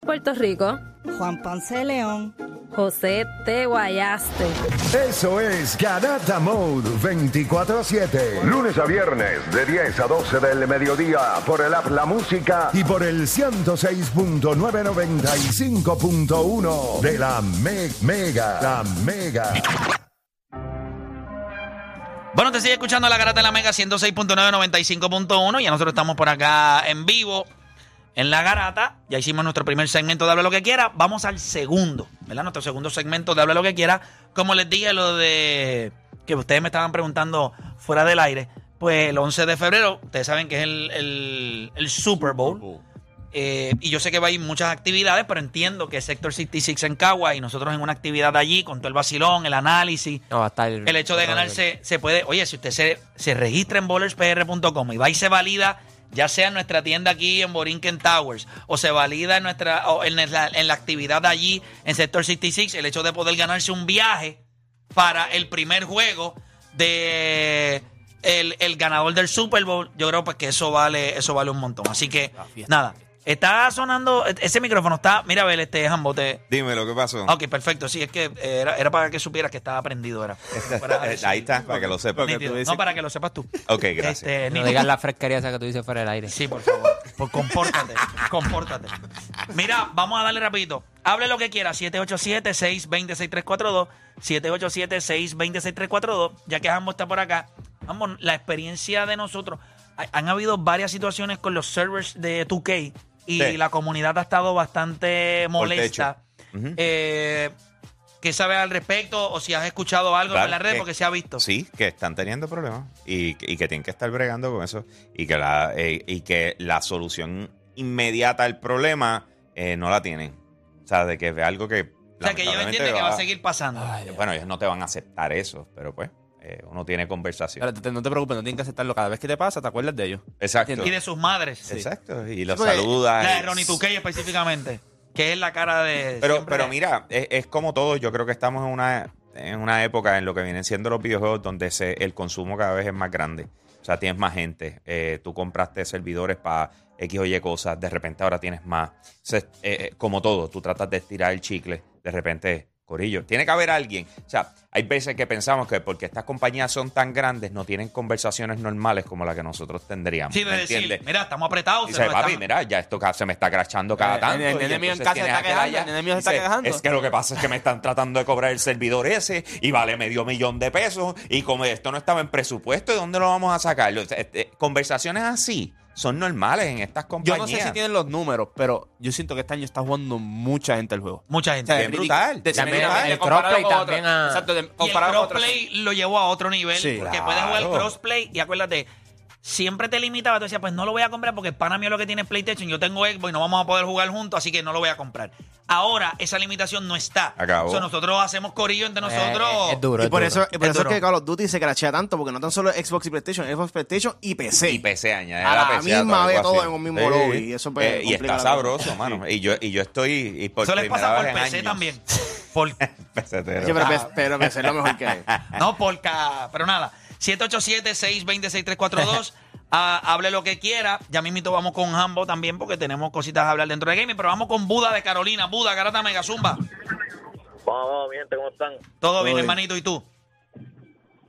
Puerto Rico, Juan Ponce de León. José te guayaste. Eso es Garata Mode 24-7. Lunes a viernes de 10 a 12 del mediodía por el app La Música Y por el 106.995.1 de la Me- Mega. La Mega. Bueno, te sigue escuchando la garata de la Mega 106.995.1 y nosotros estamos por acá en vivo en la garata. Ya hicimos nuestro primer segmento de Habla lo que quiera. Vamos al segundo, ¿verdad? Nuestro segundo segmento de Habla lo que quiera. Como les dije, lo de que ustedes me estaban preguntando fuera del aire. Pues el 11 de febrero, ustedes saben que es el, el- el Super Bowl. Eh, y yo sé que va a ir muchas actividades, pero entiendo que Sector 66 en Cagua y nosotros en una actividad allí con todo el vacilón, el análisis, No, va a estar el, el hecho de ganarse se puede. Oye, si usted se, se registra en bowlerspr.com y va y se valida, ya sea en nuestra tienda aquí en Borinquen Towers o se valida en nuestra o en, la, en la actividad allí en Sector 66, el hecho de poder ganarse un viaje para el primer juego de el, el ganador del Super Bowl, yo creo pues que eso vale eso vale un montón. Así que nada, está sonando e-, ese micrófono está, mira, ver este jambote. Dime lo que pasó. Ah, Ok, perfecto. Sí, es que eh, era, era para que supieras que estaba aprendido. Era. Para- Eh, Ahí está, para que lo sepas. Nítido. No, para que lo sepas tú. Ok, gracias. Este, No nítido. digas la fresquería esa que tú dices fuera del aire. Sí, por favor. Por, compórtate. compórtate. Mira, vamos a darle rapidito. Hable lo que quiera. 787-620-6342. 787-620-6342. Ya que Jambo está por acá. Jambo, la experiencia de nosotros. ha- Han habido varias situaciones con los servers de 2K. Y Sí. la comunidad ha estado bastante molesta. Ujú. Eh, ¿Qué sabes al respecto? O si has escuchado algo Claro, en la red, que- porque se ha visto. Sí, que están teniendo problemas y, y que tienen que estar bregando con eso y que la, eh, y que la solución inmediata al problema eh, no la tienen. O sea, de que es algo que... O sea, que yo lamentablemente entiendo que va a va- seguir pasando. Ay, Dios. Bueno, ellos no te van a aceptar eso, pero pues eh, uno tiene conversación. Pero te- no te preocupes, no tienes que aceptarlo. Cada vez que te pasa, te acuerdas de ellos. Exacto. y de sus madres. Exacto. Y los Sí, porque- saludas. La de y- Ronnie Tukey específicamente, que es la cara de... Pues, Pero, siempre- pero mira, es, es como todo. Yo creo que estamos en una, en una época en lo que vienen siendo los videojuegos donde se- el consumo cada vez es más grande. O sea, tienes más gente. Eh, tú compraste servidores para X o Y cosas. De repente ahora tienes más. Entonces, eh, eh, como todo, tú tratas de estirar el chicle. De repente, Corillo, tiene que haber alguien. O sea, hay veces que pensamos que porque estas compañías son tan grandes, no tienen conversaciones normales como la que nosotros tendríamos. Sí, de ¿me decir, entiendes? mira, estamos apretados. Y se dice, nos papi, están- mira, ya esto ca- se me está crachando cada El- tanto. el y enemigo en entonces casa tienes está a quejando, Celaya. el enemigo se está Dice, quejando. Es que lo que pasa es que me están tratando de cobrar el servidor ese y vale medio millón de pesos. Y como esto no estaba en presupuesto, ¿de dónde lo vamos a sacar? O sea, este, conversaciones así son normales en estas Yo compañías. no sé si tienen los números, pero yo siento que este año está jugando mucha gente el juego. Mucha gente. Bien brutal. De- También de- el comparado crossplay con otro- también a- Exacto, de- Ah. y el comparado con otros. crossplay lo llevó a otro nivel. Sí. porque puedes jugar Claro. crossplay y acuérdate, siempre te limitaba. Tú decías, pues no lo voy a comprar porque el pana mío lo que tiene es PlayStation, yo tengo Xbox y no vamos a poder jugar juntos, así que no lo voy a comprar. Ahora esa limitación no está. Acabó. O sea, nosotros hacemos corillo entre Eh, nosotros. es, es duro. Y es por duro. eso, y por Es eso es duro. que Call of Duty se crachea tanto, porque no tan solo Xbox y PlayStation, Xbox, PlayStation y PC. Y PC añade A la PC, misma algo vez, así. todo en un mismo lobby, y eso, pues, Eh, y complica está la sabroso, mano. Y yo, y yo estoy. Y por Eso les pasa primera por vez en PC años- también. Por- Pesetero. Sí, pero, PC pero PC es lo mejor que hay. No, porca. Pero nada. 787-620-6342. Ah, hable lo que quiera. Ya mismito vamos con Hambo también porque tenemos cositas a hablar dentro de gaming. Pero vamos con Buda de Carolina. Buda, Garata Mega Zumba. Vamos, vamos, mi gente, ¿cómo están? Todo bien, hermanito. ¿Y tú?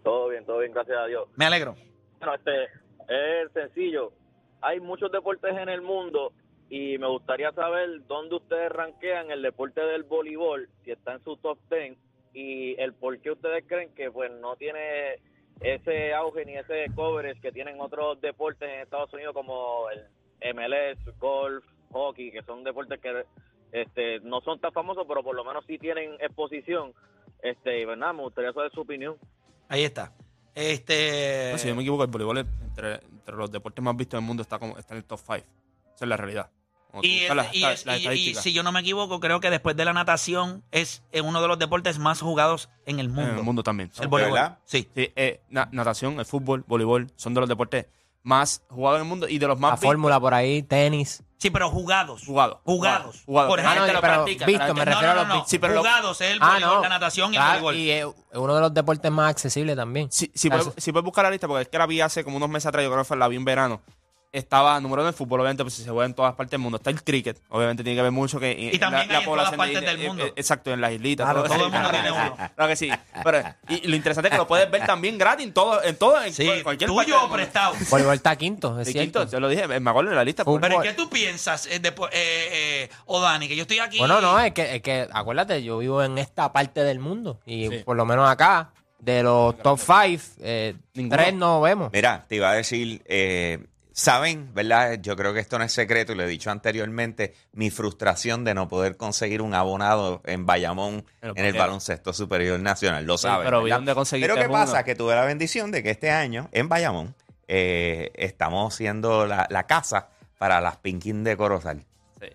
Todo bien, todo bien, gracias a Dios. Me alegro. Bueno, este es sencillo. Hay muchos deportes en el mundo y me gustaría saber dónde ustedes ranquean el deporte del voleibol, si está en su top 10 y el por qué ustedes creen que pues no tiene ese auge ni ese coverage que tienen otros deportes en Estados Unidos como el MLS, golf, hockey, que son deportes que este no son tan famosos, pero por lo menos sí tienen exposición. Este, y pues nada, me gustaría saber su opinión. Ahí está. Este. No, si yo me equivoco, el voleibol es- entre, entre los deportes más vistos del mundo está, como, está en el top 5. Esa es la realidad. Como tú Y, buscas las- y- las- las y- y estadísticas. si yo no me equivoco, creo que después de la natación es eh, uno de los deportes más jugados en el mundo. En el mundo también. El Sí. voleibol. verdad? Sí. Sí, eh, na- natación, el fútbol, voleibol, son de los deportes más jugados en el mundo y de los más La vi- fórmula por ahí, tenis. Sí, pero jugados. jugados. Jugados. Jugados. Ah, Por Que la ejemplo, gente lo pero practica, que la visto, gente- me refiero no, a no, los no, no. bits. Sí, pero lo- jugados es el Ah, voleibol, no. la natación y Claro, el voleibol. Ah, y es es uno de los deportes más accesibles también. Si, si puedes, Gracias. si puedes buscar la lista, porque es que la vi hace como unos meses atrás, yo creo que fue la vi en verano. Estaba número uno el fútbol, obviamente, pues se juega en todas partes del mundo. Está el cricket, obviamente tiene que ver mucho que Y también hay en todas partes de- del mundo. eh, exacto, en las islitas. Claro, eso. todo el mundo tiene uno. Claro que sí. Pero, y, y lo interesante es que lo puedes ver también gratis en todo, en todo, en Sí, cual- cualquier parte tuyo del o mundo. prestado. Voleibol está quinto, es De cierto. quinto, yo lo dije, me acuerdo en la lista. Fútbol. porque- Pero ¿qué tú piensas, eh, después, eh, eh, o Dani? Que yo estoy aquí. Bueno, no, es que, es que acuérdate, yo vivo en esta parte del mundo y Sí. por lo menos acá, de los top five, eh, Ninguno. tres no vemos. Mira, te iba a decir, eh, saben, ¿verdad? Yo creo que esto no es secreto y lo he dicho anteriormente, mi frustración de no poder conseguir un abonado en Bayamón Pero, en el ¿por qué? baloncesto superior nacional, lo Sí, saben. pero vi ¿verdad? dónde conseguiste Pero ¿qué uno. pasa? Que tuve la bendición de que este año en Bayamón eh, estamos siendo la, la casa para las Pinkin de Corozal. Sí.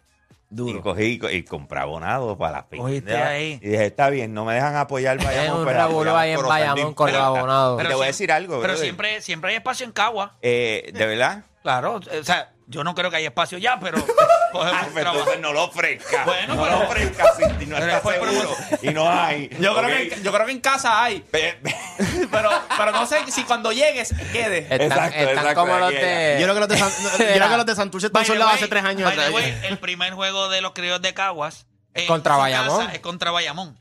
Y cogí y compré abonado para las Pinkin. Cogiste de- ahí. Y dije, está bien, no me dejan apoyar Es Bayamón. un pero revolú apoyamos ahí en Corozal Bayamón bien. con los Pero- abonados. Pero- te voy a decir algo, Pero brother. siempre, siempre hay espacio en Cagua. Eh, de verdad, Claro. O sea, yo no creo que haya espacio ya, pero Ah, cogemos pues trabajo. entonces no lo ofrezca. Bueno, no pero- lo ofrezca si no Pero está fue seguro. promoción. Y no hay. Yo, creo que, en- yo creo que en casa hay, pero, pero no sé si cuando llegues quede. Están, exacto, están exacto, como los aquí, de... Yo creo que los de, San, yo creo que los de Santurce están By the soldados way, hace tres años by the atrás. way, el primer juego de los criollos de Caguas eh, Contra en su casa Bayamón. Es contra Bayamón.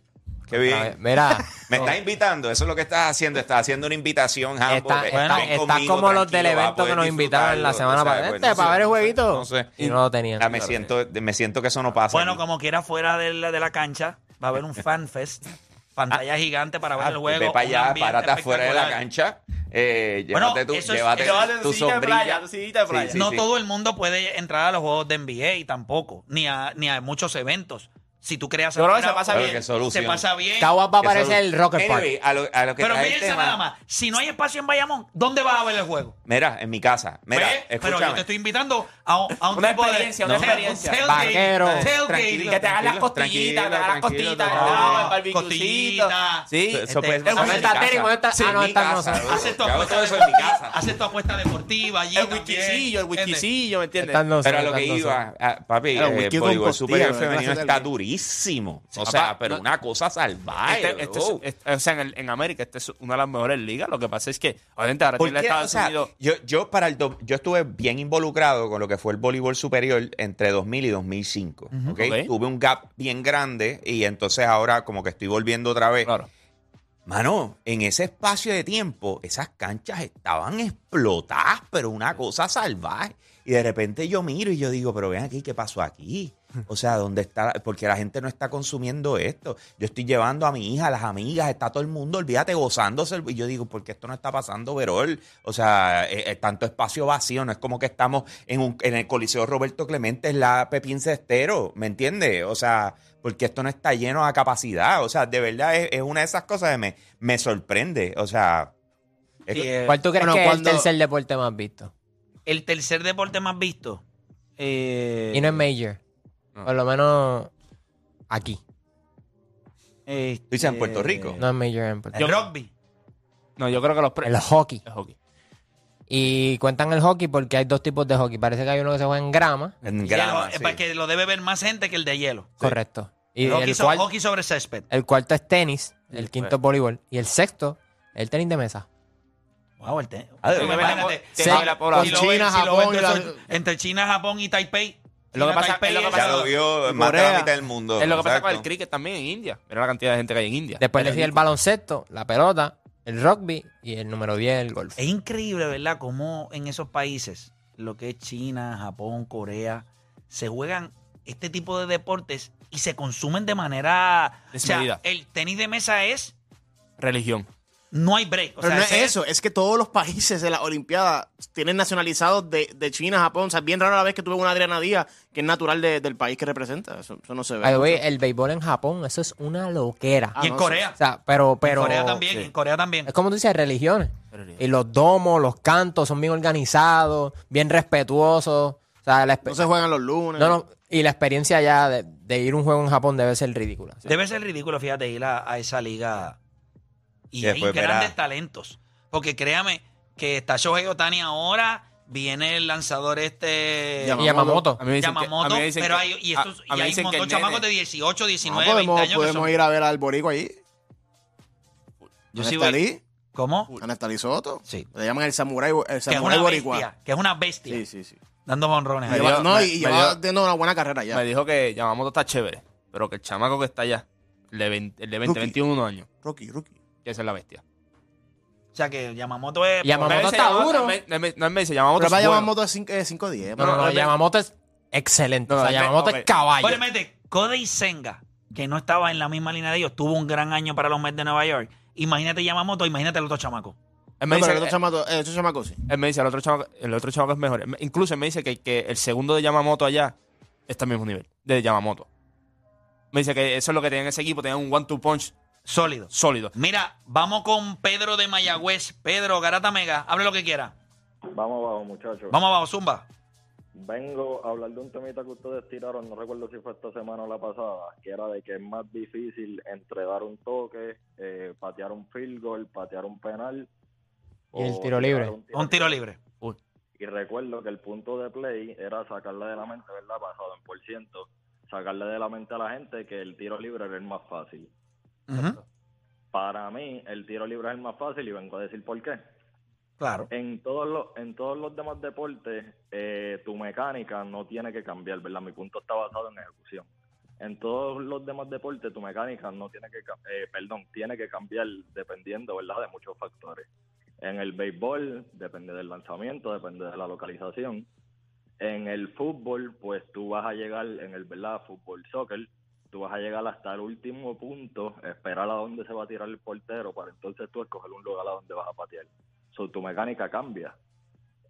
Qué A ver, bien. Mira, Me estás invitando, eso es lo que estás haciendo. Estás haciendo una invitación, Jambo. Está- Ven está- conmigo, está como los del tranquilo, vas a evento que poder nos invitaron la disfrutarlo, semana tú sabes, pasada. pues, Este, no para sé, ver el jueguito. No sé. Y no lo tenían. Ah, me, siento, me siento que eso no pasa. Bueno, como quiera, fuera de la, de la cancha, va a haber un fanfest. Pantalla gigante para ver el juego. Ah, Ve para un allá, ambiente párate afuera de la espectacular. cancha. Eh, Bueno, llévate tu, eso es- llévate llévate tu sillita de playa, sombrilla. tu sillita de playa. Sí, no sí. todo el mundo puede entrar a los juegos de NBA tampoco, ni a, ni a muchos eventos. Si tú creas Yo creo que alguna- se pasa Claro bien. que solución. Se pasa bien. Caguas va a Eso- aparecer el Rocket Park. Anyway, a lo, a lo que Pero trae el fíjense tema- nada más, si no hay espacio en Bayamón, ¿dónde vas a ver el juego? Mira, en mi casa. Mira, Ve, Pero yo escúchame. te estoy invitando a, un- a un Una tipo de- experiencia, una No. experiencia. Tailgate, Vaquero. tailgate, Tranquilo, que te hagan las tranquilo, costillitas, que te hagan las tranquilo, costillitas, tranquilo. no, el Ah, barbecucito. costillita. Sí, Eso- eso este, puede es pasar un en mi está casa. Terry, bueno, está- Sí, ah, no, en mi está casa, no, bro. Haces tu Yo hago apuesta todo eso en mi casa. Haces tu apuesta deportiva allí. el también, wikicillo, el ¿entiendes? wikicillo, ¿me entiendes? Están los- Pero a lo que Entonces- iba, ah, papi, Claro, eh, wiki con voleibol costilla, superior ¿verdad? femenino Gracias está al- durísimo. O Papá, sea, pero no- una cosa salvaje. Este- este es- bro. este- o sea, en, el- en América, esta es una de las mejores ligas. Lo que pasa es que, obviamente, ahora ¿Por tiene qué? O Estados sea, Unidos. yo, yo, para el do- yo estuve bien involucrado con lo que fue el voleibol superior entre 2000 y 2005. ¿ok? Ok. Tuve un gap bien grande y entonces ahora como que estoy volviendo otra vez. Claro. Mano, en ese espacio de tiempo, esas canchas estaban explotadas, pero una cosa salvaje. Y de repente yo miro y yo digo, pero ven aquí, ¿qué pasó aquí? O sea, ¿dónde está? Porque la gente no está consumiendo esto. Yo estoy llevando a mi hija, a las amigas, está todo el mundo, olvídate, gozándose. el- Y yo digo, ¿por qué esto no está pasando, Verol? O sea, eh, eh, tanto espacio vacío, no es como que estamos en, un- en el Coliseo Roberto Clemente, en la Pepín Cestero, ¿me entiendes? O sea, porque esto no está lleno a capacidad. O sea, de verdad es, es una de esas cosas que me, me sorprende. O sea, es Sí, que- eh, ¿Cuál tú crees Bueno, que cuando- es el tercer deporte más visto? El tercer deporte más visto. eh, Y no es Major. Por lo menos aquí. este, tú dices en Puerto Rico. No es Major en Puerto El Rico. rugby. No, yo creo que los. pre- El hockey. el hockey. Y cuentan el hockey porque hay dos tipos de hockey. Parece que hay uno que se juega en grama. en Y grama, el- sí. Para que lo debe ver más gente que el de hielo. Correcto. Y hockey, el, so- cual- hockey sobre césped. el cuarto es tenis. El quinto es voleibol. Y el sexto es el tenis de mesa. Wow, el te- Ah, de- Imagínate, imagínate, si sí, lo ven- con si lo China, ven- si lo ven, Japón y la- entonces, entre China, Japón y Taipei. Lo que China, pasa- Taipei, es lo que es- ya pasa- lo vio más de Corea. la mitad del mundo. Es lo que pasa con el Exacto. cricket también en India. Mira la cantidad de gente que hay en India. Después le sigue el baloncesto, la pelota, el rugby y el número 10, el golf. Es increíble, ¿verdad? Cómo en esos países, lo que es China, Japón, Corea, se juegan este tipo de deportes y se consumen de manera... O sea, Desmedida. el tenis de mesa es... Religión. No hay break. O Pero sea, no es ese eso, es que todos los países de las Olimpiadas tienen nacionalizados de, de China, Japón. O sea, es bien rara la vez que tuve una Adriana Díaz, que es natural de- del país que representa. Eso, eso no se ve. By the way, el béisbol en Japón, eso es una loquera. Ah, Y en no, Corea. O sea, pero, en pero. Corea también, sí. en Corea también. Es como tú dices, religiones. Religiones. Y los domos, los cantos son bien organizados, bien respetuosos. O sea, la espe- no se juegan los lunes. No, no, Y la experiencia ya de, de ir a un juego en Japón debe ser ridícula. O sea, Debe ser ridículo, fíjate, ir a, a esa liga. Y Y hay después verá. grandes talentos. Porque créame que está Shohei Otani ahora, viene el lanzador este Yamamoto. Yamamoto. A mí me dicen que- Yamamoto, a mí me dicen pero que- hay, y a- estos, a mí y me hay dicen un que montón de el nene- chamacos de 18, 19, Ah, 20 podemos años que podemos son- ir a ver al Borico allí. Yo sí voy- Anastalí. ¿Cómo? Anastalí Soto. Sí. Le llaman el samurái el Que es samurái una boricua. bestia, que es una bestia, Sí, sí, sí. dando jonrones. Y ahí. dio- lleva- no, me- y me lleva dio- teniendo una buena carrera ya. Me dijo que Yamamoto está chévere, pero que el chamaco que está allá, el de 20, el de 20, Rookie. 21 años, Rookie, rookie. que esa es la bestia. O sea que Yamamoto es... Yamamoto Me dice está Yamamoto- duro. me- me- No, él me dice Yamamoto Pero es va a llamar bueno. moto de eh, 5-10. No, no, no, Yamamoto es excelente. No, o sea, no, Yamamoto ok. es caballo. Bueno, mete, Cody Senga, que no estaba en la misma línea de ellos, tuvo un gran año para los Mets de Nueva York. Imagínate Yamamoto, imagínate el otro chamaco. Él me No, pero dice- el otro chamaco, el otro chamaco sí. Él me dice, el otro chamaco, el otro chamaco es mejor. Él me- Incluso él me dice que, que el segundo de Yamamoto allá está al mismo nivel, de Yamamoto. Me dice que eso es lo que tenían ese equipo, tenían un one-two punch Sólido. sólido. Mira, vamos con Pedro de Mayagüez. Pedro, Garata Mega, hable lo que quiera. Vamos abajo, muchachos. Vamos abajo, Zumba. Vengo a hablar de un temita que ustedes tiraron, no recuerdo si fue esta semana o la pasada, que era de que es más difícil entre dar un toque, eh, patear un field goal, patear un penal. Y el o tiro libre. tirar Un tiro libre. Y recuerdo que el punto de play era sacarle de la mente, ¿verdad? Basado en por ciento, sacarle de la mente a la gente que el tiro libre era el más fácil. Ujú, Para mí, el tiro libre es el más fácil y vengo a decir por qué. Claro. En todos los, en todos los demás deportes, eh, tu mecánica no tiene que cambiar, ¿verdad? Mi punto está basado en ejecución. En todos los demás deportes, tu mecánica no tiene que, ca- eh, perdón, tiene que cambiar dependiendo, ¿verdad? De muchos factores. En el béisbol depende del lanzamiento, depende de la localización. En el fútbol, pues tú vas a llegar, en el, ¿verdad? Fútbol, soccer, tú vas a llegar hasta el último punto, esperar a dónde se va a tirar el portero para entonces tú escoger un lugar a donde vas a patear so, tu mecánica cambia.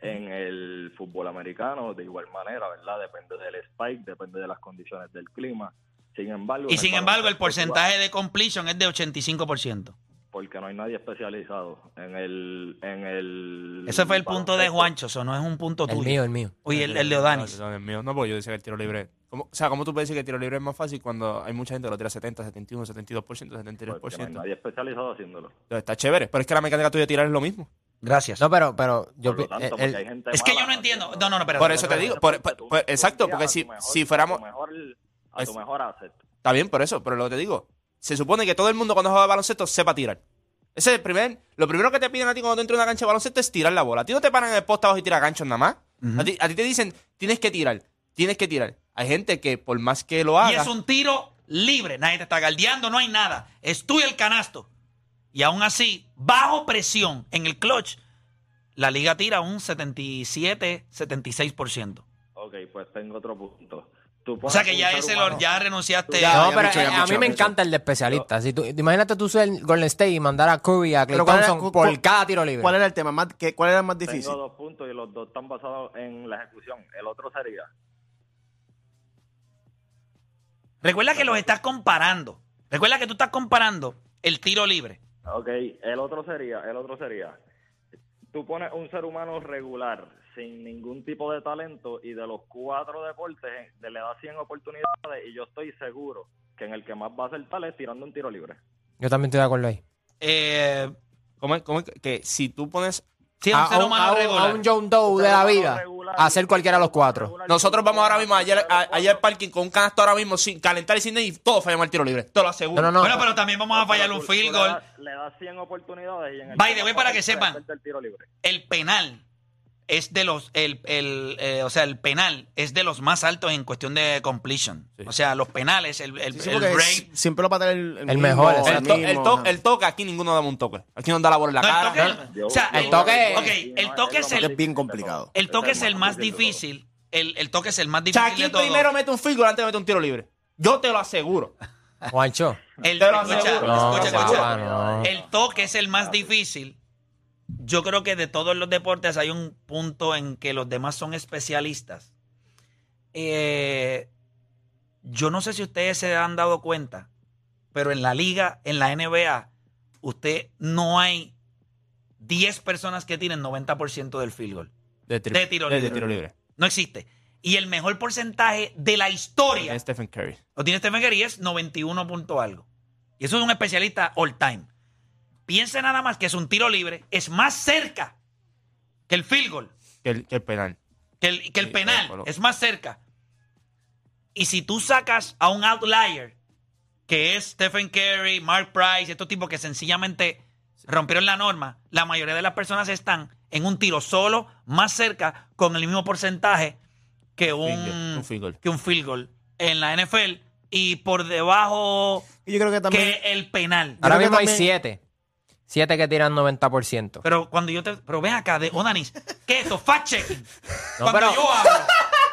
En el fútbol americano, de igual manera, ¿verdad? Depende del spike, depende de las condiciones del clima. Sin embargo, Y en sin embargo, el baloncesto, tú porcentaje de completion es de 85%. vas- Porque no hay nadie especializado. En el. En el Ese fue el punto de baloncesto- Juancho, eso no es un punto el tuyo. mío, el mío. Uy, el, el de Odanis. No, el mío. No, porque yo decía que el tiro libre. ¿Cómo- o sea, ¿cómo tú puedes decir que el tiro libre es más fácil cuando hay mucha gente que lo tira 70, 71, 72%, Porque no hay 73%? nadie especializado haciéndolo. Entonces, está chévere, pero es que la mecánica tuya de tirar es lo mismo. Gracias. No, pero, pero yo Por lo pi- tanto, el- Eh, porque hay gente Es que mala yo no entiendo. haciéndolo. No, no, no, espérate, Por eso te espérate. digo, por- por- Tú- pues, por- tú exacto, envías porque a si- tu mejor- pues. si fuéramos- A tu mejor, a Es- tu mejor asset. Está bien, por eso, pero lo que te digo, se supone que todo el mundo cuando juega baloncesto sepa tirar. Ese es el primer, lo primero que te piden a ti cuando tú entras a una cancha de baloncesto es tirar la bola. A ti no te paran en el poste abajo y tira ganchos nada más. Ujú. a, ti, a ti te dicen, tienes que tirar, tienes que tirar. Hay gente que por más que lo Y haga, es un tiro libre. Nadie te está galdeando, no hay nada. Es tú y el canasto. Y aún así, bajo presión en el clutch, la liga tira un 77, 76%. Ok, pues tengo otro punto. Tú O pones sea a que un ya ser ese humano- lo, ya renunciaste. Ah, Ya, ya no, pero eh, mucho, ya a- a mucho, mí me mucho. encanta el de especialista. Si tú, imagínate tú ser el Golden State y mandar a Curry y a Clay Pero ¿cuál era- Thompson cu- por cu- cada tiro libre. ¿Cuál era el tema? más- qué- ¿Cuál era el más difícil? Tengo dos puntos y los dos están basados en la ejecución. El otro sería, Recuerda que los estás comparando. Recuerda que tú estás comparando el tiro libre. ok, el otro sería, el otro sería, tú pones un ser humano regular, sin ningún tipo de talento, y de los cuatro deportes eh, le das 100 oportunidades y yo estoy seguro que en el que más va a acertar es tirando un tiro libre. Yo también estoy de acuerdo ahí. Eh, ¿cómo es- cómo es que- que si tú pones sí, un a, ser a un, humano a un- regular. a un John Doe de la vida, a hacer cualquiera de los cuatro. Nosotros vamos ahora mismo allá, a- allá al parking con un canasto ahora mismo sin calentar y sin y todos fallamos el tiro libre. Te lo aseguro. No, no, no. Bueno, pero también vamos a fallar un field Tú le Ah. goal. das- Le das 100 oportunidades y en el By que the way, más va a para que acertar es sepan. el tiro libre. el penal es de los el, el, eh, o sea el penal es de los más altos en cuestión de completion o sea los penales el, el, Sí, sí, el porque break si- siempre lo va a tener el, El mejor, mismo, El, to- el mismo, to- ajá. el toque, aquí ninguno da un toque. Aquí nos da la bola en la No, el cara. toque- o sea, el toque- ok, el toque es Porque el- es bien complicado. el toque es el más difícil de todos. difícil el, el toque es el más O difícil sea, aquí de el todos. primero mete un field goal antes de meter un tiro libre. Yo te lo aseguro. Juancho. el, te lo escucha, aseguro. No, escucha, papá, escucha. no. el toque es el más difícil yo creo que de todos los deportes hay un punto en que los demás son especialistas Eh, yo no sé si ustedes se han dado cuenta, pero en la liga, en la NBA, usted no hay 10 personas que tienen 90% del field goal. De De tiro libre. tiro libre. No existe. Y el mejor porcentaje de la historia Es Stephen Curry. lo tiene Stephen Curry y es 91 punto algo. Y eso es un especialista all time. Piense nada más que es un tiro libre, es más cerca que el field goal, Que el, que el penal. que el, que el Sí, penal, claro. es más cerca. Y si tú sacas a un outlier, que es Stephen Curry, Mark Price, estos tipos que sencillamente rompieron la norma, la mayoría de las personas están en un tiro solo, más cerca, con el mismo porcentaje que un, Un field goal. que un field goal en la NFL y por debajo Yo creo que también. que el penal. creo Ahora que mismo hay también- siete. Siete que tiran 90%. Pero cuando yo te. Pero ven acá, de Odanis. ¿Qué es esto? Fact checking. No, cuando pero- yo hablo.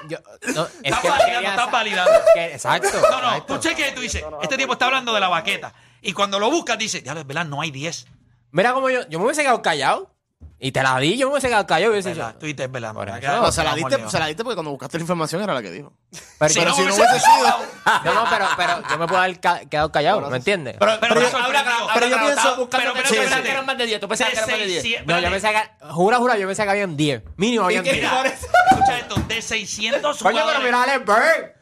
Yo- no, es Estás que no validando, quería estás sa- validando. que- exacto. No, no, tú cheques y tú dices, este tipo está hablando de la baqueta. Y cuando lo buscas, dices, ya es verdad, no hay 10. Mira cómo yo, yo me hubiese quedado callado. Y te la di, yo me hubiese quedado callado. y hubiese dicho, ¿Verdad? Tú dices, es verdad, no, Por ¿verdad? eso. Que- No, se la vamos, diste, Leo. se la diste porque cuando buscaste la información era la que dijo. pero, Si pero- no si no hubiese hubiese sido- hablado. no, no, pero, pero yo me puedo haber ca- quedado callado, ¿me entiendes? Pero, pero, pero te yo- sorprendió. pero yo pienso- Estaba buscando- pero- espérate, sí, espérate. sí. eran más de 10, tú pensabas De que eran más de 10. seis, siete, no, yo espérate. pensaba que, jura, jura, yo pensaba que habían 10. Mínimo habían 10. Mira, Escucha esto, de 600 Coño, jugadores. pero mira a Alex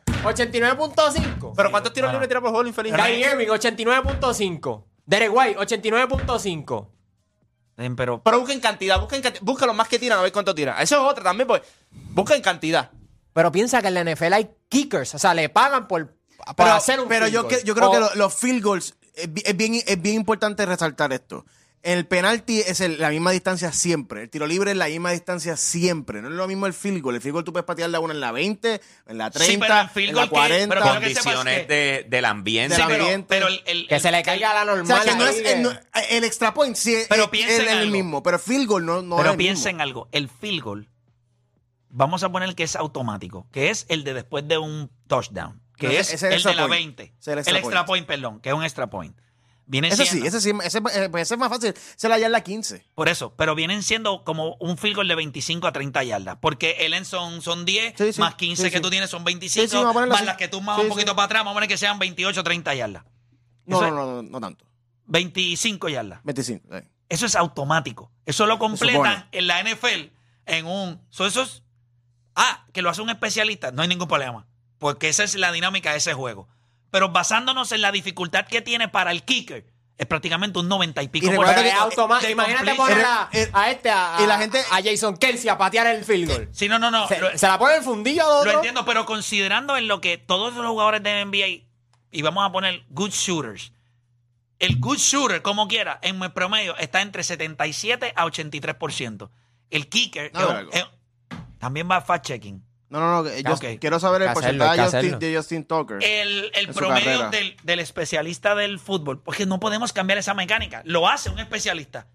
Bird, 89.5. Pero ¿cuántos tiros libres tira por juego el infeliz? Kyrie Irving, 89.5. Derek White, 89.5. Ven, pero Pero busquen cantidad, busquen cantidad. Busca los más que tiran, a ver cuánto tiran. Eso es otra también, pues. Busquen cantidad. Pero piensa que en la NFL hay kickers, o sea, le pagan por, por Pero, hacer un pero field yo, goal. que- yo creo O- que lo- los field goals es, bi- es bien, es bien importante resaltar esto. El penalti es el- la misma distancia siempre. El tiro libre es la misma distancia siempre. No es lo mismo el field goal. El field goal tú puedes patearle a uno en la 20, en la Sí, pero 30, el field en goal la que- 40. pero que sepas Condiciones que- de- del ambiente. Del Sí, pero- ambiente. pero el- el- que se le el- caiga la o normal. sea, que no ahí es, de- el, no- eh, el extra point sí es, Pero es- piensen es el algo. mismo, pero el field goal no, no es Pero el mismo. piensen algo, el field goal, vamos a poner que es automático, que es el de después de un touchdown, que No, ese- es ese el extra de la point. 20. Ese es el extra, point. perdón, que es un extra point. Viene Ese siendo- sí, ese sí, ese, eh, pues ese es más fácil. Se la ya en la 15. Por eso, pero vienen siendo como un field goal de 25 a 30 yardas, porque el end zone son 10, Sí, sí, más 15 sí, que sí. tú tienes son 25, Sí, sí, vamos a ponerlo más así. las que tú más Sí, un sí. poquito para atrás, vamos a poner que sean 28 o 30 yardas. No, Eso no, es- no, no, no tanto. 25 yardas. 25. sí. Eso es automático. Eso lo completan supone. en la NFL en un. so eso es- ah, que lo hace un especialista. No hay ningún problema. Porque esa es la dinámica de ese juego. Pero basándonos en la dificultad que tiene para el kicker, es prácticamente un 90 y pico. Y por Pero recuerda ciento es que- automa- de Imagínate completion. poner a, Eh, eh, a este, a, y la gente- a Jason Kelsey a patear el field goal. Sí, no, no, no. se, lo, se la pone el fundillo a lo otro. entiendo, pero considerando en lo que todos los jugadores de NBA, y vamos a poner good shooters, el good shooter, como quiera, en el promedio está entre 77 a 83%. El kicker No, es- no, no. es- también va a fact checking. No, no, no. que yo Ok. quiero saber el Hay que hacerlo, hay porcentaje que de Justin, hacerlo. de Justin Tucker. el, el En su promedio carrera. del, del especialista del fútbol, porque no podemos cambiar esa mecánica. Lo hace un especialista.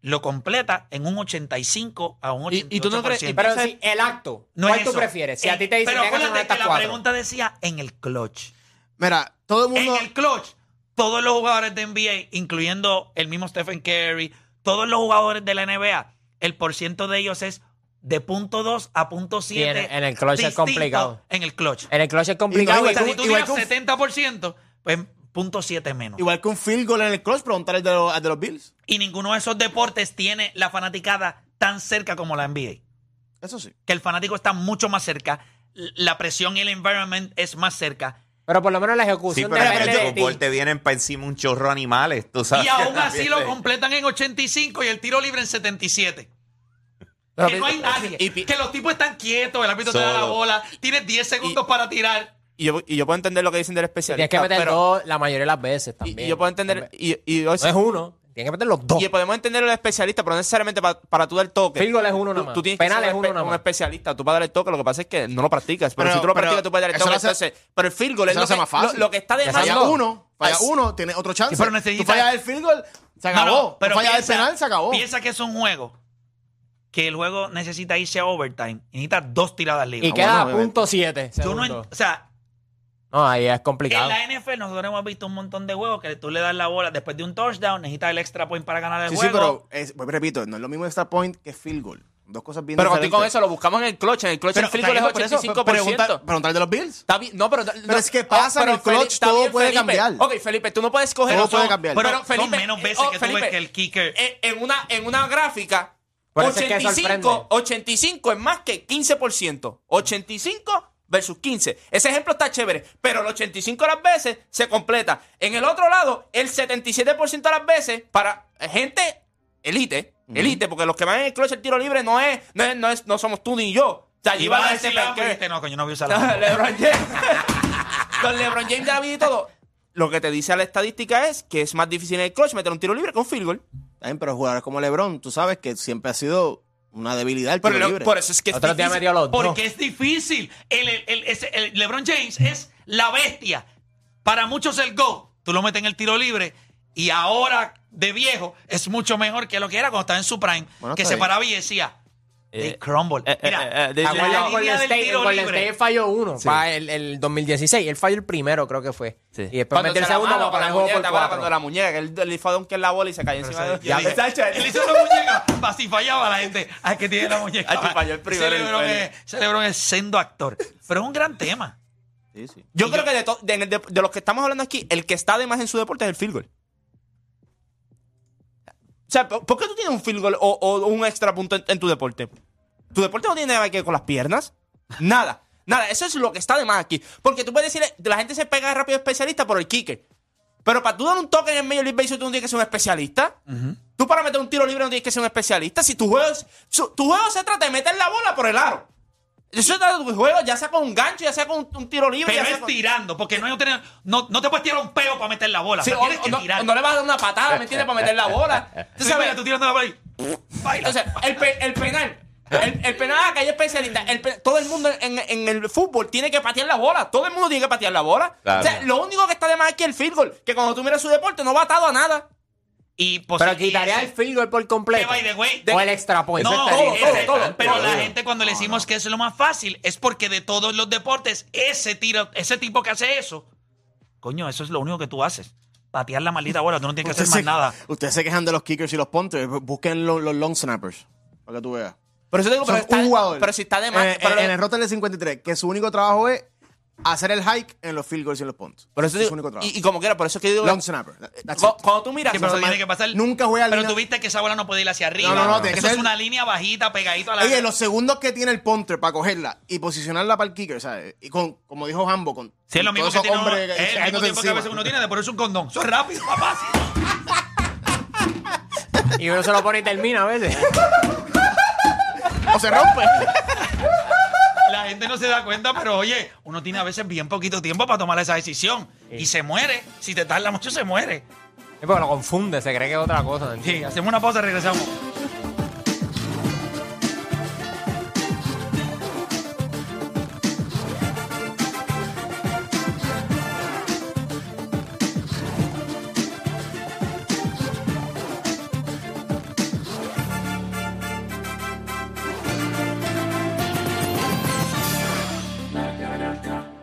Lo completa en un 85 a un 88%. Y- y tú no crees- y Pero si el acto, No ¿cuál es tú eso. prefieres? Si Eh, a ti te dicen Pero que hagas un acuérdate que la 94. pregunta decía en el clutch. Mira, todo el mundo. En el clutch, todos los jugadores de NBA, incluyendo el mismo Stephen Curry, todos los jugadores de la NBA, el porciento de ellos es de punto .2 a punto Sí, en- 7. en el clutch es distinto complicado. Eh, En el clutch. En el clutch es Ah, complicado. o Igual sea, que si tú un- igual tiras que un- 70%, pues punto 7 menos. Igual que un field goal en el cross, preguntarle al de los, al de los Bills. Y ninguno de esos deportes tiene la fanaticada tan cerca como la NBA. Eso sí. Que el fanático está mucho más cerca, l- la presión y el environment es más cerca. Pero por lo menos la Sí, ejecución pero de la en el de ti. fútbol te vienen para encima un chorro de animales, tú sabes. Y aún así lo completan en 85 y el tiro libre en 77. Pero que no hay nadie. y pi- que los tipos están quietos, el árbitro te da la Solo. bola, tienes 10 segundos para tirar. Y yo, y yo puedo entender lo que dicen del especialista. Tienes que meter pero- dos la mayoría de las veces y- también. Y yo puedo entender. Y, y- No es uno, tienes que meter los dos. y podemos entender al especialista, pero no necesariamente pa- para, tú dar toque. Field goal es uno Tú- nomás. Tú tienes Penal que ser es un, uno espe- nomás. un especialista. Tú para dar el toque, lo que pasa es que no lo practicas. Pero, Pero- si tú lo pero practicas, tú puedes dar el eso toque. lo hace- entonces, pero el field goal es eso lo lo hace que, más fácil. lo- lo que está Exacto. Falla demasiado. uno, falla Así- uno, tiene otro chance. Sí, pero necesitas- Tú fallas el field goal, se acabó. No, no, pero fallas piensa- el penal, se acabó. Piensa que es un juego que el juego necesita irse a overtime y necesita dos tiradas libres. Y queda a obviamente. punto 7. Yo no ent- o sea, No, ahí es complicado. en la NFL nosotros hemos visto un montón de juegos que tú le das la bola después de un touchdown, necesitas el extra point para ganar el sí, sí, juego. pero es- pues, repito, no es lo mismo extra point que field goal. Dos cosas bien Pero contigo diferentes. con eso lo buscamos en el clutch. En el clutch el field goal es Caímos por eso, 85%. preguntar- Preguntarle de los Bills. Está bien, no, pero, no, ah, es que pasa en pero el clutch, Felipe- está todo bien, puede Felipe. cambiar. Ok, Felipe, tú no puedes coger. Todo o sea, puede cambiar. eh, oh, oh, Pero son menos veces que tú ves que el kicker- eh, En, una, en una gráfica. Por eso es que 85, sorprende. 85 es más que 15%. 85 versus 15. Ese ejemplo está chévere, pero el 85 de las veces se completa. En el otro lado, el 77% de las veces para gente elite, elite, porque los que van en el clutch el tiro libre no es, no es, no es- no somos tú ni yo. O sea, allí Ah, Iba va a gente decir pues, la que- viste, no, coño, no voy a usar la Don LeBron James. Don LeBron James de la vida y todo. Lo que te dice la estadística es que es más difícil en el clutch meter un tiro libre que un field goal. También, pero jugadores como LeBron, tú sabes que siempre ha sido una debilidad el Por, tiro lo- libre. por eso es que es Otro día difícil. me dio los dos. Porque es difícil. El, el- el- ese- el LeBron James es la bestia. Para muchos el go, tú lo metes en el tiro libre y ahora de viejo es mucho mejor que lo que era cuando estaba en su prime, Bueno, que está se bien. paraba y decía, they crumble. eh, eh, Mira, eh, they- la Acuérdate línea en Golden del State, tiro en Golden libre. State falló uno. pa, el, el 2016. Él falló el primero, creo que fue. Y después Cuando metió el se la segundo mano para poner con la el juego muñeca, ¿te por acuerdas cuando cuatro. la muñeca, que él, él fue a donkear la bola y se cayó encima de Yo dije, Chacho, él hizo la muñeca para si fallaba la gente. Ay, que tiene la muñeca. Ay, que falló el primero, Ese LeBron el es- ese LeBron es sendo actor. Pero es un gran tema. Sí, sí. Yo creo que de, to- de- en el de- de los que estamos hablando aquí, el que está de más en su deporte es el field goal. O sea, ¿por, por qué tú tienes un field goal o, o un extra punto en, en tu deporte? Tu deporte no tiene nada que ver con las piernas. Nada. Nada. Eso es lo que está de más aquí. Porque tú puedes decir, la gente se pega rápido especialista por el kicker. Pero para tú dar un toque en el Major League Baseball, tú no tienes que ser un especialista. Tú para meter un tiro libre no tienes que ser un especialista. Si tu juego, es- su- tu juego se trata de meter la bola por el aro. Eso se trata de tu juego, ya sea con un gancho, ya sea con un, un tiro libre. Pero ya sea es con- tirando, porque no, hay otra- no, no te puedes tirar un peo para meter la bola. Sí, pero o- tienes o que no, tirar. o no le vas a dar una patada, ¿me entiendes? Para meter la bola. Sí, Tú mira, sabes, tú tirando la bola y- entonces, el, pe- el penal. El, el penal acá hay especialista. El pe- todo el mundo en, en el fútbol tiene que patear la bola. Todo el mundo tiene que patear la bola. Claro. O sea, lo único que está de más aquí es el field goal. Que cuando tú miras su deporte no va atado a nada. Y pues, Pero y quitaría ese- el field goal por completo. Que, by the way, o el extra point. No, Ese estaría- todo, ese- todo, todo, pero todo. la gente cuando le decimos que es lo más fácil es porque de todos los deportes ese tiro, ese tipo que hace eso, coño, eso es lo único que tú haces, patear la maldita bola, tú no tienes que hacer Ustedes más se- nada. Ustedes se quejan de los kickers y los punters. Busquen lo- los, long snappers. Para que tú veas. Por eso te digo, pero, Son está- un jugador. pero si está de más. Eh, pero- en, en el roster del 53, que su único trabajo es hacer el hike en los field goals y en los punts. por eso es digo- su único trabajo. y, y como quiera, por eso es que digo. long snapper. That's cu- it. cuando tú miras. Que por eso pero tiene que pasar. nunca voy a Pero línea- tú viste que esa bola no puede ir hacia arriba. No, no, no, tiene que Eso es ser- una línea bajita pegadito a la. Oye, los segundos que tiene el punter para cogerla y posicionarla para el kicker, ¿sabes? Y con, como dijo Hambo, con. Sí, es lo con mismo todos que esos tiene uno- hombres es el mismo cayéndose tiempo que a veces encima. uno tiene de ponerse un condón. Eso es rápido, papá. Y uno se lo pone y termina a veces. O se rompe. La gente no se da cuenta, pero oye, uno tiene a veces bien poquito tiempo para tomar esa decisión. Y se muere. Si te tarda mucho, se muere. Es porque lo confunde, se cree que es otra cosa. ¿entiendes? Sí, hacemos una pausa y regresamos.